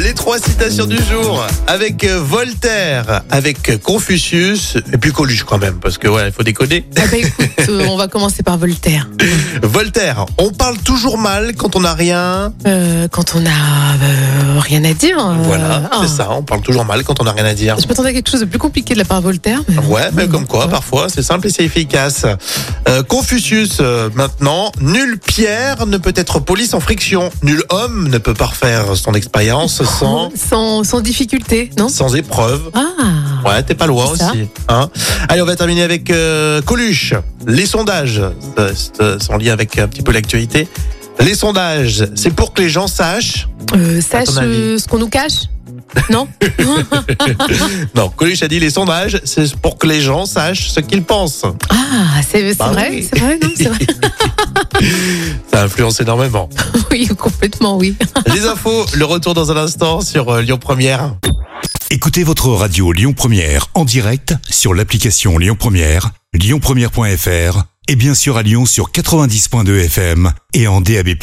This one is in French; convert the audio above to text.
Les trois citations du jour avec euh, Voltaire, avec euh, Confucius et puis Coluche quand même parce que ouais, il faut décoder. Ah bah écoute, euh, on va commencer par Voltaire. Voltaire, on parle toujours mal quand on n'a rien. Euh, quand on a euh, rien à dire. euh, Voilà, ah. c'est ça, on parle toujours mal quand on n'a rien à dire. Je m'attendais à quelque chose de plus compliqué de la part de Voltaire. mais- Ouais, mais comme quoi, parfois, c'est simple et c'est efficace. Euh, Confucius, euh, maintenant, nulle pierre ne peut être polie sans friction. Nul homme ne peut parfaire son expérience sans, Sans, sans difficulté, Oh, non sans épreuve. Ah Ouais, t'es pas loin C'est ça. aussi. Hein Allez, on va terminer avec euh, Coluche. Les sondages, ça, ça, c'est en lien avec un petit peu l'actualité. Les sondages, c'est pour que les gens sachent. Euh, Sache ton avis. euh, ce qu'on nous cache Non Non, Coluche a dit les sondages, c'est pour que les gens sachent ce qu'ils pensent. Ah, c'est c'est Bah vrai oui. C'est vrai, non C'est vrai Ça influence énormément. Oui, complètement, oui. Les infos, le retour dans un instant sur euh, Lyon Première. Écoutez votre radio Lyon Première en direct sur l'application Lyon Première, lyonpremière.fr et bien sûr à Lyon sur 90.2 FM et en DAB+.